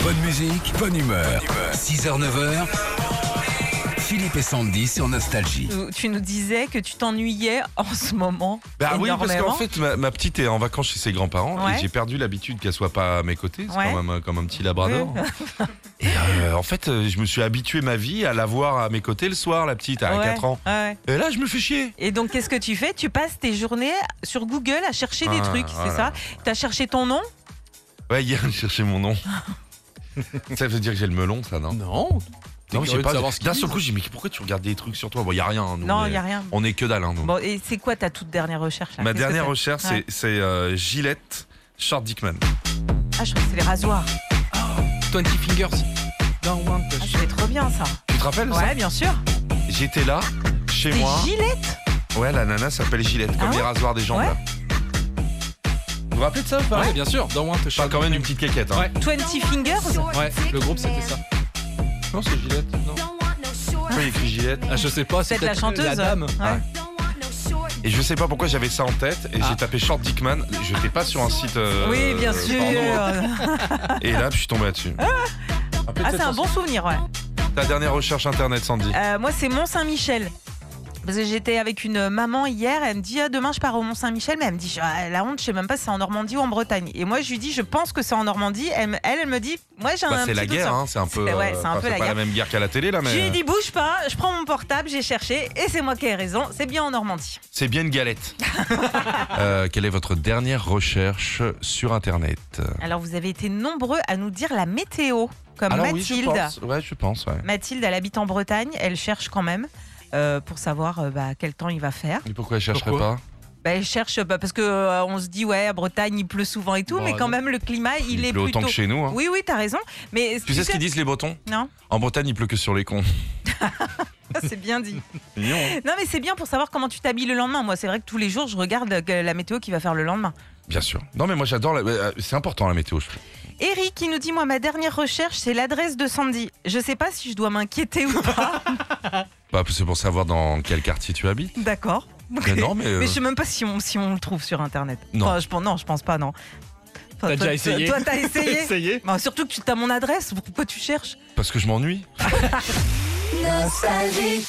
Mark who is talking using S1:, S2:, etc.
S1: Bonne musique, bonne humeur. 6h, 9h. Philippe et Sandy sur Nostalgie.
S2: Tu- Tu nous disais que tu t'ennuyais en ce moment.
S3: Bah oui, parce
S2: énormément.
S3: qu'en fait, ma, ma petite est en vacances chez ses grands-parents
S2: Ouais.
S3: et j'ai perdu l'habitude qu'elle soit pas à mes côtés. C'est
S2: Ouais.
S3: quand même un- comme un petit labrador. Et euh, en fait, euh, je me suis habitué ma vie à la voir à mes côtés le soir, la petite, à
S2: Ouais,
S3: 4 ans.
S2: ouais.
S3: Et là, je me fais chier.
S2: Et donc, qu'est-ce que tu fais Tu passes tes journées sur Google à chercher des
S3: Ah,
S2: trucs, c'est
S3: voilà.
S2: ça Tu as cherché ton nom
S3: Ouais, hier, je cherchais mon nom. ça veut dire que j'ai le melon, ça, non
S4: Non. T'es
S3: Non,
S4: curieux
S3: je sais
S4: de
S3: pas.
S4: savoir ce hein? qu'ils
S3: D'un seul
S4: disent.
S3: coup, j'ai dit, mais pourquoi tu regardes des trucs sur toi Bon, il a rien. hein, Nous,
S2: Non,
S3: on
S2: il
S3: est-
S2: n'y a rien.
S3: On est que dalle, hein, nous.
S2: Bon, et c'est quoi ta toute dernière recherche là
S3: Ma
S2: Qu'est-ce que
S3: dernière
S2: t'as-
S3: recherche, c'est-
S2: Ouais.
S3: c'est euh, Gillette Short Dickman.
S2: Ah, je crois que c'est les rasoirs.
S4: 20 Fingers. Don't want to
S2: Ah, c'est trop bien ça.
S3: Tu te rappelles ça
S2: Ouais, bien sûr.
S3: J'étais là, chez
S2: Des
S3: moi.
S2: gilets
S3: Ouais, la nana s'appelle Gillette,
S2: Ah
S3: comme
S2: ouais
S3: les rasoirs des jambes.
S2: Ouais.
S3: là. Vous vous rappelez de ça ou pas
S4: Ouais, bien sûr. Don't want to
S3: Je parle quand même d'une petite caquette. Hein.
S4: Ouais.
S2: 20 Fingers
S4: Ouais, le groupe c'était ça. Non, c'est Gillette. Non.
S3: Pourquoi il écrit Gillette
S4: Ah, je sais pas. C'est
S2: Peut-être la
S4: peut-être
S2: chanteuse.
S4: La dame.
S2: Ouais.
S3: Et je sais pas pourquoi j'avais ça en tête et j'ai
S4: Ah.
S3: tapé Short Dickman. Je n'étais pas sur un site. euh,
S2: Oui, bien
S3: porno. hein.
S2: sûr.
S3: Et là, je suis tombé là-dessus.
S2: Ah, c'est un bon souvenir, ouais.
S3: Ta dernière recherche internet, Sandy.
S2: Euh, moi, c'est Mont-Saint-Michel. Parce que j'étais avec une maman hier, elle me dit ah, demain je pars au Mont-Saint-Michel, mais elle me dit Ah, la honte, je sais même pas si c'est en Normandie ou en Bretagne. Et moi je lui dis je pense que c'est en Normandie. Elle, me- elle, elle me dit moi j'ai
S3: Bah,
S2: un
S3: c'est
S2: petit
S3: la
S2: doute
S3: guerre,
S2: sur-
S3: hein, c'est un peu.
S2: C'est- ouais,
S3: euh,
S2: c'est un
S3: enfin,
S2: peu la
S3: pas
S2: guerre.
S3: la même guerre qu'à la télé là,
S2: Je lui ai
S3: mais. euh,
S2: dit bouge pas, je prends mon portable, j'ai cherché et c'est moi qui ai raison, c'est bien en Normandie.
S3: C'est bien une galette. Euh, quelle est votre dernière recherche sur internet
S2: Alors vous avez été nombreux à nous dire la météo comme
S3: Alors oui, je
S2: Mathilde.
S3: pense. Ouais, je pense. Ouais.
S2: Mathilde elle habite en Bretagne, elle cherche quand même euh, pour savoir euh, bah, quel temps il va faire.
S3: Et pourquoi je chercherais
S4: Pourquoi
S3: pas
S2: Bah, elle cherche bah, parce que euh, on se dit ouais à Bretagne il pleut souvent et tout,
S4: Bah,
S2: mais quand
S4: non.
S2: même le climat il, est
S3: pleut
S2: plutôt.
S3: autant que chez nous. hein.
S2: Oui, oui, t'as raison. Mais
S3: Tu sais ce qu'ils disent les Bretons
S2: Non,
S3: En Bretagne, il pleut que sur les cons.
S2: ça, c'est bien dit.
S3: Bien
S2: Non, mais c'est bien pour savoir comment tu t'habilles le lendemain. Moi, c'est vrai que tous les jours, je regarde euh, la météo qui va faire le lendemain.
S3: sûr. Non, mais moi j'adore. la- euh, C'est important la météo. je trouve.
S2: Eric qui nous dit Moi, ma dernière recherche, c'est l'adresse de Sandy. Je sais pas si je dois m'inquiéter ou pas.
S3: Bah, c'est pour savoir dans quel quartier tu habites.
S2: D'accord.
S3: Mais non, mais. euh,
S2: Mais je sais même pas si on, si on le trouve sur internet.
S3: Non.
S2: Enfin, je, pense- non, je pense pas, non. Enfin,
S4: T'as
S2: toi-
S4: déjà essayé
S2: Toi, t'as essayé
S4: Essayez.
S2: Bah, Surtout que tu as mon adresse. Pourquoi tu cherches
S3: Parce que je m'ennuie.
S5: Nostalgie.